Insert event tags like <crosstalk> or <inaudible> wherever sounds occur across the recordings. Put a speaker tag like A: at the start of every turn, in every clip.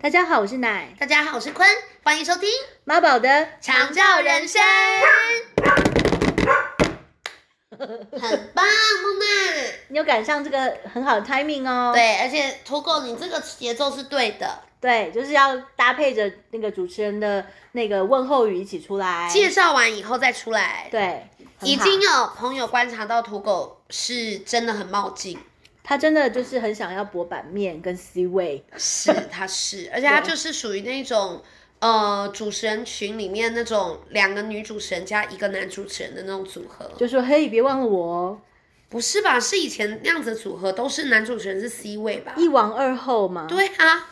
A: 大家好，我是奶
B: 大家好，我是坤，欢迎收听《
A: 妈宝的
B: 长照人生》，很棒，木
A: 你有赶上这个很好的 timing 哦。
B: 木。对，而且土狗，你这个节奏是对的。
A: 对，就是要搭配着那个主持人的那个问候语一起出来。
B: 介绍完以后再出来。
A: 对，很
B: 已
A: 好
B: 经有朋友观察到土狗是真的很冒进，
A: 他真的就是很想要博版面跟 C 位。
B: 是他
A: <laughs>
B: 是，而且他
A: 对
B: 就是属于那种呃主持人群里面那种两个女主持人加一个男主持人的那种组合。
A: 就说嘿，别忘了我哦，
B: 不是吧？是以前那样子的组合都是男主持人是 C 位吧？
A: 一王二后嘛。，
B: 对啊，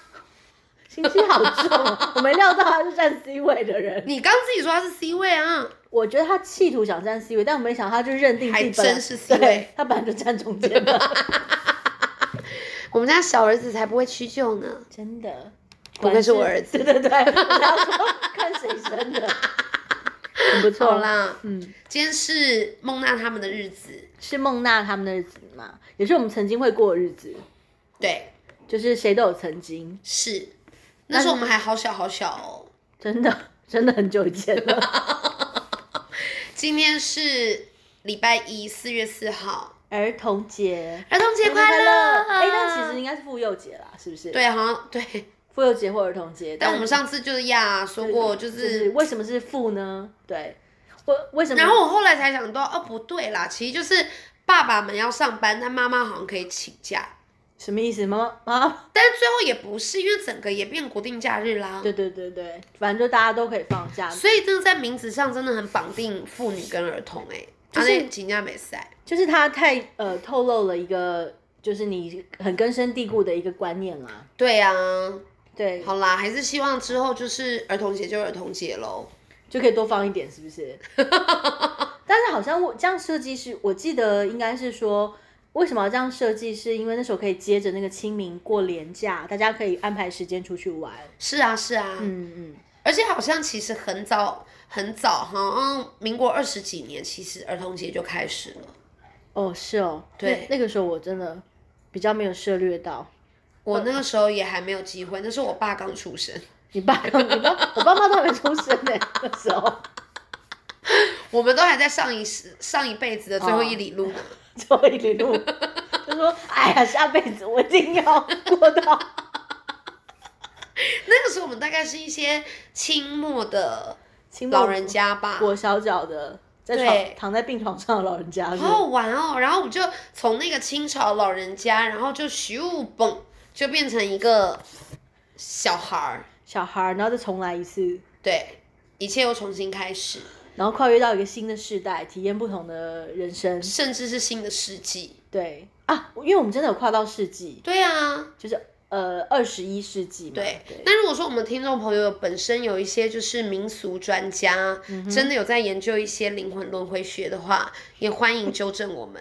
A: 心机好重
B: <laughs>
A: 哦，我没料到他是站 C 位的人。
B: 你刚自己说他是 C 位啊，
A: 我觉得他企图想站 C 位，但我没想到他就认定自己
B: 还
A: 本来
B: 真是 C 位
A: 对他本来就站中间的，
B: 我们家小儿子才不会屈就呢。
A: 真的。
B: 不愧是我儿子
A: 对对对，我要说看谁生
B: <laughs>
A: 的，很不错
B: 好。啦，
A: 嗯，
B: 今天是孟娜他们的日子，
A: 是孟娜他们的日子嘛，也是我们曾经会过的日子，
B: 对，
A: 就是谁都有曾经，
B: 是。那时候我们还好小好小哦。
A: 真的真的很久以前了。 <laughs>
B: 今天是礼拜一，四月四号，
A: 儿童节，
B: 儿童节
A: 快
B: 快乐！啊
A: 哎，但其实应该是妇幼节啦，是不是？，
B: 对，好像对，
A: 妇幼节或儿童节，
B: 但我们上次就是呀说过，就
A: 就是
B: 是，
A: 为什么是妇呢？对，为为什么？
B: 然后我后来才想到，哦，不对啦，其实就是爸爸们要上班，但妈妈好像可以请假。
A: 什么意思？妈妈妈妈， <laughs>
B: 但最后也不是，因为整个也变国定假日啦。
A: 对对对对，反正就大家都可以放假，
B: 所以这个在名字上真的很绑定妇女跟儿童哎、欸，
A: 就是
B: 而且请假没赛，
A: 就是他太呃透露了一个，就是你很根深蒂固的一个观念啦。
B: 对啊，
A: 对，
B: 好啦，还是希望之后就是儿童节就儿童节喽。
A: 就可以多放一点，是不是？ <laughs> 但是好像我这样设计是，我记得应该是说，为什么要这样设计？是因为那时候可以接着那个清明过年假，大家可以安排时间出去玩。
B: 是啊，是啊，
A: 嗯嗯，
B: 而且好像其实很早很早，好像民国二十几年，其实儿童节就开始了。
A: 哦，是哦，
B: 对
A: 那，那个时候我真的比较没有涉略到。
B: 我那个时候也还没有机会，那是我爸刚出生，
A: 你爸， <laughs> 你爸，我爸妈都还没出生呢、那时候
B: 我们都还在上一世上一辈子的最后一里路呢。
A: 就一里路，就说：“哎呀，下辈子我一定要过
B: <laughs>
A: 到。
B: 那个时候我们大概是一些清末的
A: 清末
B: 老人家吧，
A: 裹小脚的，在
B: 对
A: 床躺在病床上的老人家是不
B: 好
A: 是
B: 好玩哦。然后我就从那个清朝老人家，然后就咻蹦就变成一个小孩儿，
A: 小孩儿，然后再重来一次，
B: 对，一切又重新开始，
A: 然后跨越到一个新的世代，体验不同的人生。
B: 甚至是新的世纪。
A: 对啊，因为我们真的有跨到世纪，
B: 对啊，
A: 就是呃二十一世纪嘛。
B: 对
A: 对。
B: 那如果说我们听众朋友本身有一些就是民俗专家，真的有在研究一些灵魂轮回学的话，也欢迎纠正我们。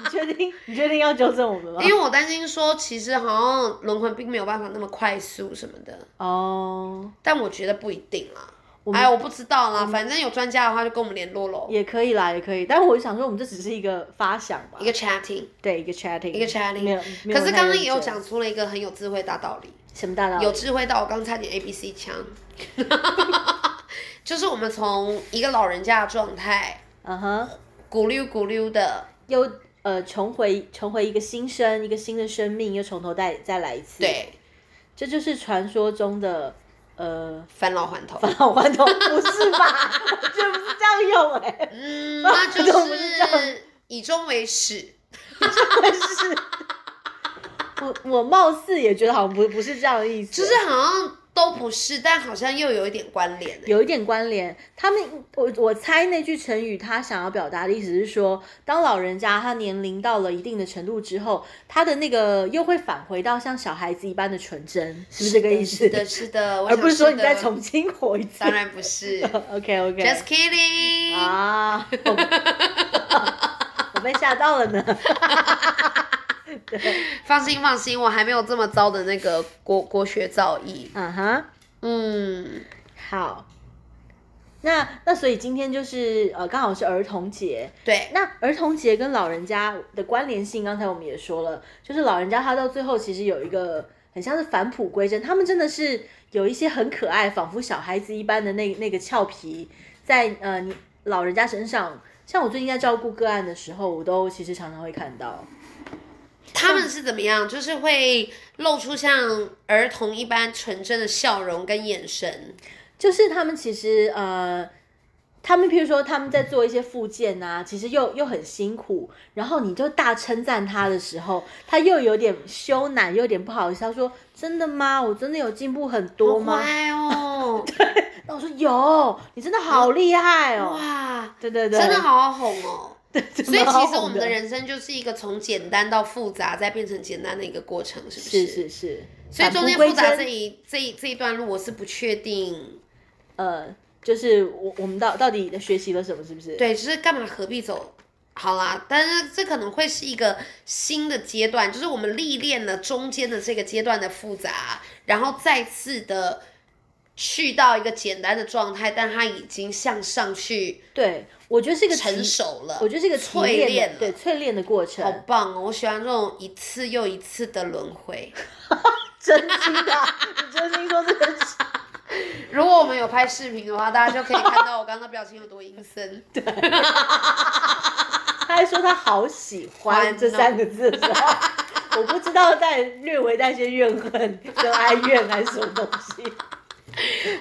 A: 你确定？你确定要纠正我们吗
B: 因？为我担心说，其实好像轮回并没有办法那么快速什么的，
A: 哦，
B: 但我觉得不一定啦。
A: 们
B: 哎，我不知道啦，反正有专家的话就跟我们联络喽。
A: 也可以啦，也可以。但我想说，我们这只是一个发想吧
B: 一，个 chatting，
A: 对，一个 chatting，一
B: 一个 chatting。
A: 嗯没有，没
B: 可
A: 太
B: 是刚刚
A: 认
B: 也有
A: 真
B: 讲出了一个很有智慧大道理，
A: 什么大道理？
B: 有智慧到我刚差点 A B C 枪。 <laughs> 就是我们从一个老人家的状态，
A: 嗯哼，
B: 咕溜咕溜的，
A: 又呃重回重回一个新生，一个新的生命，又从头再再来一次。，
B: 对，
A: 这就是传说中的呃 <laughs>
B: 返老还童。
A: 返老还童，不是吧？ <laughs> 我觉得不是这样用哎、
B: <laughs>
A: 欸，<laughs>
B: 嗯，那就
A: 我不是这样
B: 是以终为始。
A: 但是我我貌似也觉得好像不不是这样的意思，
B: 就是好像都不是，但好像又有一点关联、欸。
A: 有一点关联。他们我我猜那句成语，他想要表达的意思是说，当老人家他年龄到了一定的程度之后，他的那个又会返回到像小孩子一般的纯真，是不是这个意思？
B: 是的，是的，我
A: 而
B: 想
A: 不是说你
B: 的
A: 再重新活一次
B: 当。然
A: <laughs>
B: 不是
A: OK OK。
B: ，just kidding。
A: 啊，我 <laughs> 我被吓到了呢。
B: 放心放心，我还没有这么糟的那个国国学造诣。
A: 啊哈，
B: 嗯，
A: 好。那那所以今天就是呃，刚好是儿童节。
B: 对，
A: 那儿童节跟老人家的关联性，刚才我们也说了，就是老人家他到最后其实有一个很像是返璞归真。他们真的是有一些很可爱，仿佛小孩子一般的那那个俏皮，在呃你老人家身上。像我最近在照顾个案的时候，我都其实常常会看到。
B: 他们是怎么样？就是会露出像儿童一般纯真的笑容跟眼神。
A: 就是他们其实呃，他们譬如说他们在做一些复健啊，其实又又很辛苦，然后你就大称赞他的时候，他又有点羞赧，又有点不好意思，他说：“真的吗？我真的有进步很多
B: 好
A: 吗
B: 乖
A: <laughs>
B: 哦，？”
A: 那我说：“有，你真的好厉害哦！”
B: 哇，
A: 对对对，
B: 真的好好哄哦。所以
A: 真的好
B: 其
A: 哄
B: 实我们的人生就是一个从简单到复杂，再变成简单的一个过程，是不
A: 是是是，
B: 所以中间
A: 返璞归
B: 复杂
A: 真
B: 这一这一这一段路，我是不确定。
A: 呃，就是我我们到到底学习了什么？是不是？
B: 对，就是干嘛何必走？好啦，但是这可能会是一个新的阶段，就是我们历练了中间的这个阶段的复杂，然后再次的去到一个简单的状态，但它已经向上去
A: 对，我觉得是一个
B: 成
A: 提，
B: 熟了。
A: 我觉得是一个提
B: 淬
A: 炼的
B: 炼了
A: 对淬炼的过程。
B: 好棒哦！我喜欢这种一次又一次的轮回。 <laughs>
A: 真心的啊，你真心说这件事。
B: 如果我们有拍视频的话，大家就可以看到我刚刚的表情有多阴
A: <laughs>
B: 森。
A: 他还说他好喜欢这三个字的时候，我不知道带略微带些怨恨跟哀怨还是什么东西，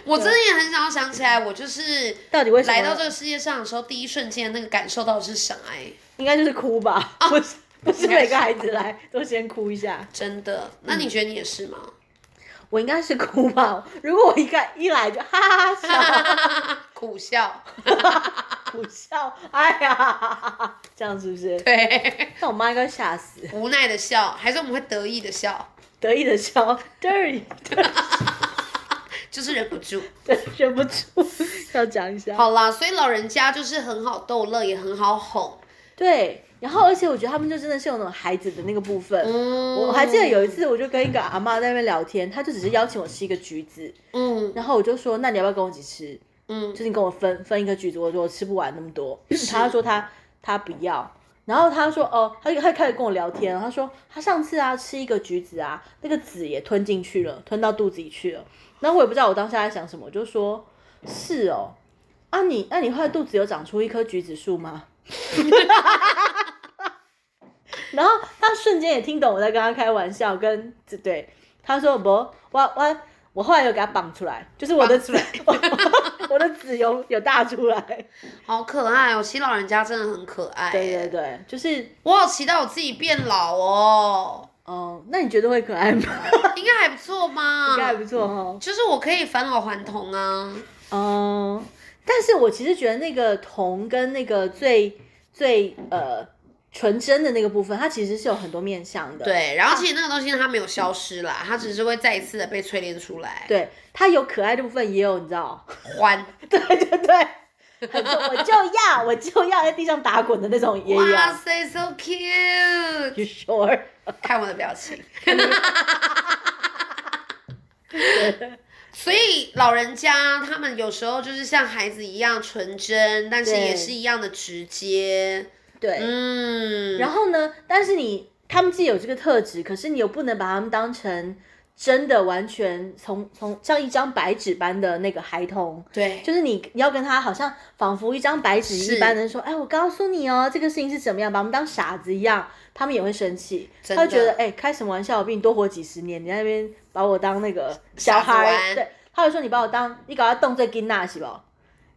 B: 我真的也很想要想起来，我就是
A: 到底为什么
B: 来到这个世界上的时候，第一瞬间那个感受到底是啥、哎，
A: 应该就是哭吧？
B: 哦
A: 不是不是每个孩子来都先哭一下，
B: 真的。那
A: 嗯
B: 你觉得你
A: <laughs>
B: 也是吗？
A: 我应该是哭吧？如果我一看一来就哈哈哈
B: 苦笑，
A: 笑，苦笑，哎呀，这样是不是？
B: 对， <laughs>
A: 那我妈应该吓死，
B: 无奈的笑，还是我们会得意的笑，
A: 得意的笑，对，
B: 就是忍不住。
A: 对，忍不住要讲一下。
B: 好啦，所以老人家就是很好逗乐，也很好哄。
A: 对，然后而且我觉得他们就真的是有那种孩子的那个部分。
B: 嗯，
A: 我还记得有一，次，我就跟一个阿妈在那边聊天，她就只是邀请我吃一个橘子，
B: 嗯
A: 然后我就说，那你要不要跟我一起吃？
B: 嗯
A: 就是你跟我分分一个橘子，我说我吃不完那么多。她说她她不要，然后她说哦，她就她开始跟我聊天，她说她上次啊吃一个橘子啊，那个籽也吞进去了，吞到肚子里去了。那我也不知道我当下在想什么，我就说是哦，啊你那、你后来肚子有长出一棵橘子树吗？ <laughs> 然后他瞬间也听懂我在跟他开玩笑，跟对他说不，我我我后来有给他绑出来，就是我的
B: 绑出来
A: 我我 <laughs> 我的籽有有大出来，
B: 好可爱哦。其实老人家真的很可爱。
A: 对对，对，就是
B: 我好期待我自己变老哦，
A: 哦，那你觉得会可爱吗？
B: 应该还不错吧？
A: 应该还不错哦，
B: 就是我可以返老还童啊。
A: 哦，但是我其实觉得那个童跟那个最最呃纯真的那个部分，它其实是有很多面向的，啊
B: 对，然后其实那个东西它没有消失啦，它只是会再一次的被淬炼出来。，
A: 对，它有可爱的部分，也有你知道。 <laughs>
B: 欢
A: 对对对，很多我就要我就要在地上打滚的那种也有。
B: 哇塞，so cute！
A: You sure？ <laughs>
B: 看我的表情。所以老人家他们有时候就是像孩子一样纯真，但是
A: 对
B: 也是一样的直接。
A: 对。
B: 嗯，
A: 然后呢？但是你他们既有这个特质，可是你又不能把他们当成真的完全从从像一张白纸般的那个孩童。
B: 对，
A: 就是你，你要跟他好像仿佛一张白纸
B: 是
A: 一般的说，哎，我告诉你哦，这个事情是怎么样，把我们当傻子一样，他们也会生气，
B: 真
A: 他
B: 的
A: 会觉得，哎，开什么玩笑，我比你多活几十年，你在那边把我当那个小
B: 傻子玩
A: 孩，对，他会说你把我当，你搞要动这金娜是不？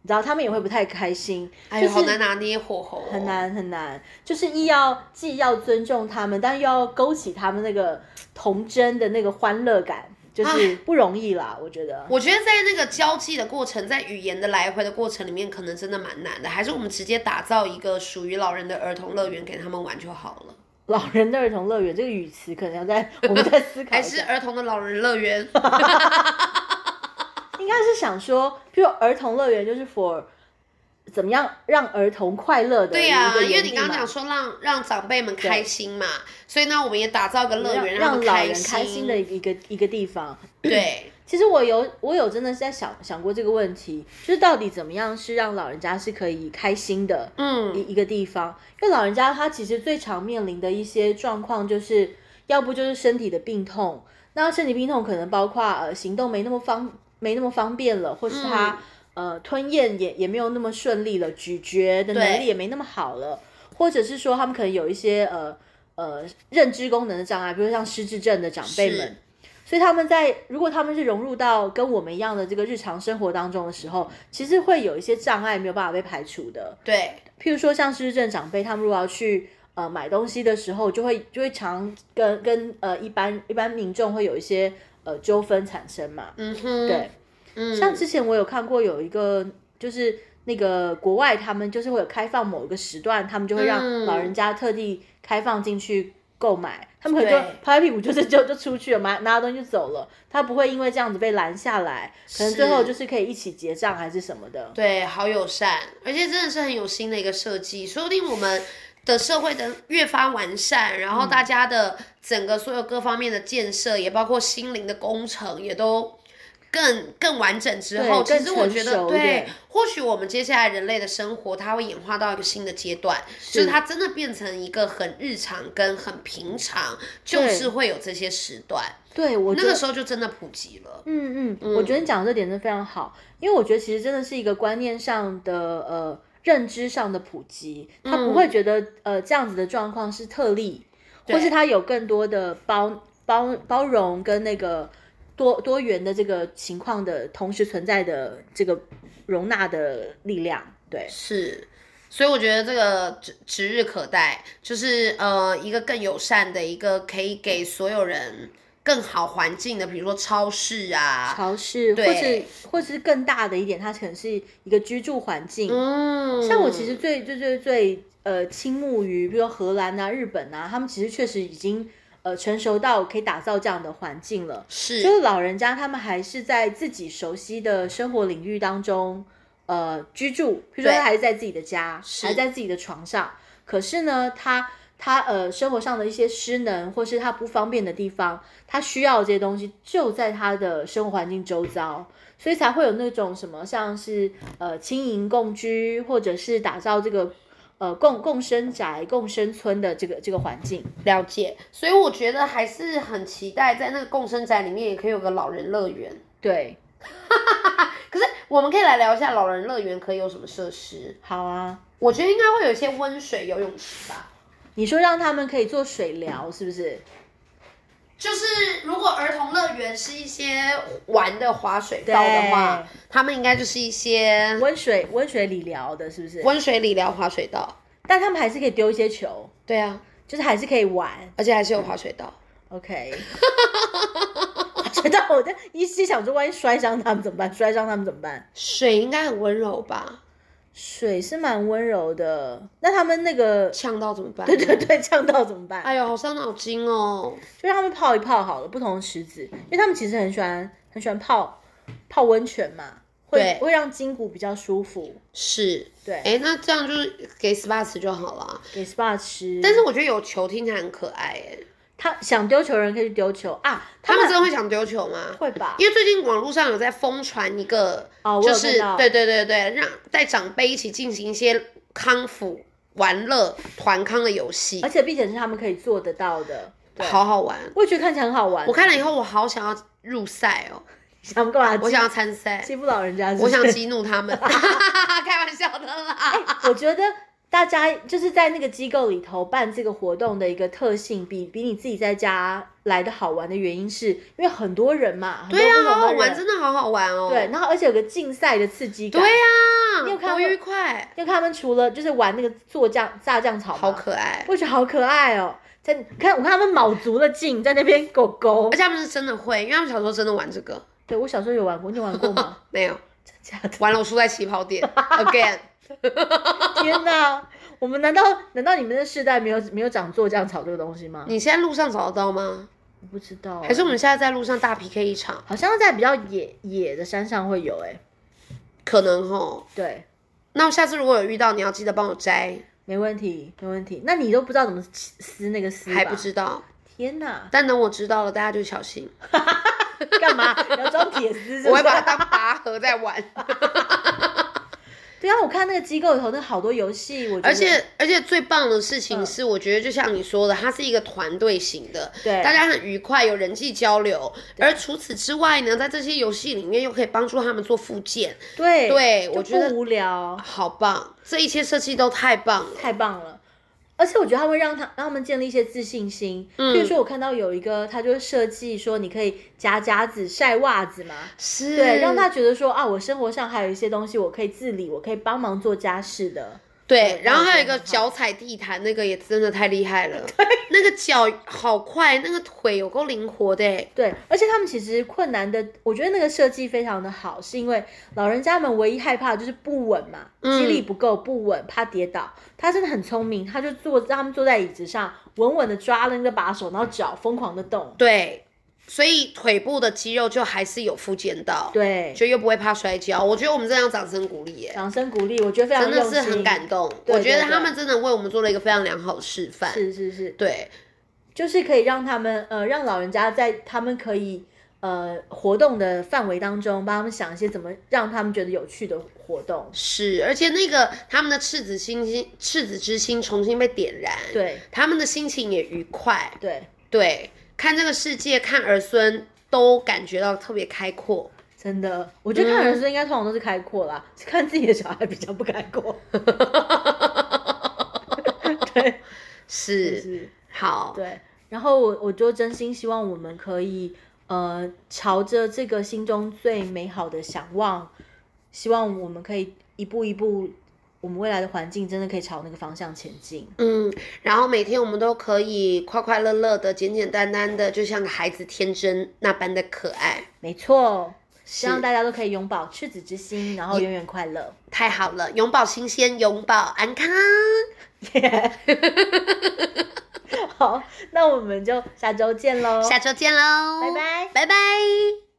A: 你知道他们也会不太开心，
B: 哎
A: 就
B: 呦，
A: 是
B: 好难拿捏火候、哦，
A: 很。难很难，就是一要既要尊重他们，但又要勾起他们那个童真的那个欢乐感，就是
B: 唉
A: 不容易啦，我觉得。
B: 我觉得在那个交际的过程，在语言的来回的过程里面，可能真的蛮难的。还是我们直接打造一个属于老人的儿童乐园给他们玩就好了。
A: 老人的儿童乐园这个语词可能要
B: <laughs>
A: 在我们在思考
B: 还
A: 一
B: 是
A: 下，
B: 儿童的老人乐园？
A: 应该是想说，譬如儿童乐园就是 for 怎么样让儿童快乐的
B: 对呀、
A: 一个
B: 因为
A: 园
B: 你
A: 地
B: 刚
A: 嘛
B: 刚讲说让让长辈们开心嘛，所以呢，我们也打造一个乐
A: 让
B: 园他
A: 让
B: 们
A: 老
B: 开
A: 人开心的一个一个地方。
B: 对，
A: 其实我有我有真的是在想想过这个问题，就是到底怎么样是让老人家是可以开心的，一
B: 嗯，
A: 一个地方，因为老人家他其实最常面临的一些状况，就是要不就是身体的病痛，那身体病痛可能包括呃行动没那么方没那么方便了，或是他、
B: 嗯
A: 呃吞咽也也没有那么顺利了，咀嚼的能
B: 对
A: 力也没那么好了，或者是说他们可能有一些呃呃认知功能的障碍，比如像失智症的长辈们
B: 是。
A: 所以他们在如果他们是融入到跟我们一样的这个日常生活当中的时候，其实会有一些障碍没有办法被排除的。
B: 对，
A: 譬如说像失智症长辈，他们如果要去呃买东西的时候，就会就会常跟跟呃一般一般民众会有一些呃纠纷产生嘛。
B: 嗯哼，
A: 对，
B: 嗯，
A: 像之前我有看过有一个就是。那个国外他们就是会有开放某一个时段，他们就会让
B: 嗯
A: 老人家特地开放进去购买，他们可能
B: 对
A: 就拍屁股就是 <laughs> 就就出去了，拿拿了东西就走了，他不会因为这样子被拦下来，可能最后
B: 是
A: 就是可以一起结账还是什么的。
B: 对，好友善，而且真的是很有心的一个设计。说不定我们的社会的越发完善，然后
A: 嗯
B: 大家的整个所有各方面的建设，也包括心灵的工程，也都更更完整之
A: 对
B: 后，其
A: 更
B: 实我
A: 成
B: 觉
A: 熟
B: 得
A: 一
B: 对
A: 点，
B: 或许我们接下来人类的生活，它会演化到一个新的阶段，就是
A: 是
B: 它真的变成一个很日常跟很平常，就
A: 对
B: 是会有这些时段，
A: 对，我
B: 那
A: 觉得
B: 个时候就真的普及了。
A: 嗯嗯，我觉得你讲的这点真的非常好，因为我觉得其实真的是一个观念上的呃认知上的普及，他不会觉得、
B: 嗯
A: 呃这样子的状况是特例，或是他有更多的包包包容跟那个多多元的这个情况的同时存在的这个容纳的力量，对，
B: 是，所以我觉得这个指指日可待，就是呃一个更友善的一个可以给所有人更好环境的，比如说超市啊，
A: 潮湿，或是
B: 对
A: 或是更大的一点，它可能是一个居住环境，
B: 嗯，
A: 像我其实最最最最呃倾慕于，比如说荷兰啊、日本啊，他们其实确实已经呃成熟到可以打造这样的环境了。就是是老人家他们还是在自己熟悉的生活领域当中呃居住，比如说
B: 对
A: 他还是在自己的家，
B: 是
A: 还在自己的床上，可是呢，他他呃生活上的一些失能或是他不方便的地方，他需要这些东西就在他的生活环境周遭。所以才会有那种什么，像是呃轻盈共居，或者是打造这个呃共共生宅、共生村的这个这个环境。
B: 了解，所以我觉得还是很期待在那个共生宅里面也可以有个老人乐园。
A: 对，
B: 可是我们可以来聊一下老人乐园可以有什么设施？
A: 好啊，
B: 我觉得应该会有一些温水游泳池吧。
A: 你说让他们可以做水疗，是不是？
B: 就是如果儿童乐园是一些玩的滑水道的话
A: 对，
B: 他们应该就是一些
A: 温水温水理疗的，是不是？
B: 温水里聊滑水道。
A: 但他们还是可以丢一些球，
B: 对啊，
A: 就是还是可以玩。
B: 而且还是有滑水道。
A: OK，觉得我在一心想说，万一摔伤他们怎么办？摔伤他们怎么办？
B: 水应该很温柔吧？
A: 水是蛮温柔的，那他们那个 <laughs>
B: 呛到怎么办？
A: 对对对呛到怎么办？
B: 哎呦，好伤脑筋哦。
A: 就让他们泡一泡好了，不同的池子，因为他们其实很喜欢很喜欢泡泡温泉嘛，会
B: 对
A: 会让筋骨比较舒服，
B: 是，
A: 对
B: 哎，那这样就是给 SPA 池就好了。
A: 给 SPA 吃。
B: 但是我觉得有球听起来很可爱哎。
A: 他想丢球的人可以去丢球啊，
B: 他
A: 他
B: 们真的会想丢球吗？
A: 会吧？
B: 因为最近网络上有在疯传一个，
A: 哦我有
B: 就是
A: 看到
B: 对对对对，让带长辈一起进行一些康复玩乐团康的游戏
A: 而，且并且是他们可以做得到的，对，
B: 好好玩。
A: 我也觉得看起来很好玩。
B: 我看了以后，我好想要入赛哦，
A: 想干嘛？
B: 我想要参赛，
A: 欺负老人家是不
B: 我
A: 是
B: 想激怒他们， <laughs> 开玩笑的啦。
A: <laughs> 我觉得大家就是在那个机构里头办这个活动的一个特性，比比你自己在家来的好玩的原因是，因为很多人嘛，很多
B: 对啊，
A: 不同
B: 好
A: 的
B: 好玩，
A: 人
B: 真的好好玩哦。
A: 对，然后而且有个竞赛的刺激感。
B: 对
A: 你有
B: 呀，
A: 看过
B: 多愉快，
A: 因为他们除了就是玩那个做酱炸酱草嘛，
B: 好可爱，
A: 我觉得好可爱哦。在看，我看他们卯足了劲在那边狗狗
B: 而且。他们是真的会，因为他们小时候真的玩这个，
A: 对我小时候有玩过，你有玩过 <laughs> 吗？
B: 没有
A: 真假的？
B: 完了，我输在起跑
A: <laughs>
B: 点 again。
A: 天哪！我们难道难道你们的世代没有没有长做酱草这个东西吗？
B: 你现在路上找得到吗？
A: 我不知道哎、
B: 还是我们现在在路上大 PK 一场？
A: 好像在比较野野的山上会有哎、
B: 可能吼。
A: 对，
B: 那我下次如果有遇到，你要记得帮我摘，
A: 没问题没问题。那你都不知道怎么撕撕那个丝吧？
B: 还不知道，！
A: 天哪
B: 但等我知道了，大家就小心，
A: <laughs> 干嘛？你要装铁丝是不是？
B: 我会把它当拔河在玩。
A: 对啊，我看那个机构里头那好多游戏，我觉得
B: 而且而且最棒的事
A: 嗯
B: 情是，我觉得就像你说的，它是一个团队型的，
A: 对
B: 大家很愉快，有人际交流。而除此之外呢，在这些游戏里面又可以帮助他们做复健，
A: 对
B: 对
A: 就
B: 我觉得
A: 不无聊，
B: 好棒！这一切设计都太棒了。
A: 太棒了。而且我觉得他会让他让他们建立一些自信心，
B: 嗯
A: 比如说我看到有一个，他就设计说你可以夹夹子晒袜子嘛，
B: 是，
A: 对，让他觉得说啊，我生活上还有一些东西我可以自理，我可以帮忙做家事的。
B: 对
A: 对，
B: 然后
A: 那
B: 还有一
A: 真的
B: 个
A: 好
B: 脚踩地毯，那个也真的太厉
A: <laughs>
B: 害了。那个脚好快，那个腿有够灵活的欸。
A: 对，而且他们其实困难的，我觉得那个设计非常的好，是因为老人家们唯一害怕的就是不稳嘛，肌
B: 嗯
A: 力不够，不稳，怕跌倒。他真的很聪明，他就坐让他们坐在椅子上，稳稳的抓了那个把手，然后脚疯狂的动。
B: 对，所以腿部的肌肉就还是有复健到，，
A: 对，
B: 就又不会怕摔跤。我觉得我们真的要掌声鼓励耶，
A: 掌声鼓励，我觉得非常
B: 真的
A: 用
B: 是
A: 心，
B: 很感动。
A: 对
B: 我觉得
A: 对
B: 他们真的为我们做了一个非常良好的示范。
A: 是是是，
B: 对，
A: 就是可以让他们呃，让老人家在他们可以呃活动的范围当中，帮他们想一些怎么让他们觉得有趣的活动。
B: 是，而且那个他们的赤子心心赤子之心重新被点燃，，
A: 对
B: 他们的心情也愉快，
A: 对，
B: 对，看这个世界，看儿孙都感觉到特别开阔。
A: 真的，我觉得看
B: 嗯
A: 人生应该通常都是开阔啦， <laughs> 是看自己的小孩比较不开阔。对， <laughs> 就是是
B: 好，
A: 对。然后我我就真心希望我们可以呃，朝着这个心中最美好的想望，希望我们可以一步一步，我们未来的环境真的可以朝那个方向前进。
B: 嗯，然后每天我们都可以快快乐乐的、简简单单的，就像个孩子天真那般的可爱。
A: 没错，希望
B: 是
A: 大家都可以拥抱赤子之心，然后永远快
B: <laughs>
A: 乐。
B: 太好了，永葆新鲜，永葆安康。
A: <laughs> 好，那我们就下周见喽，
B: 下周见喽，
A: 拜拜
B: 拜拜。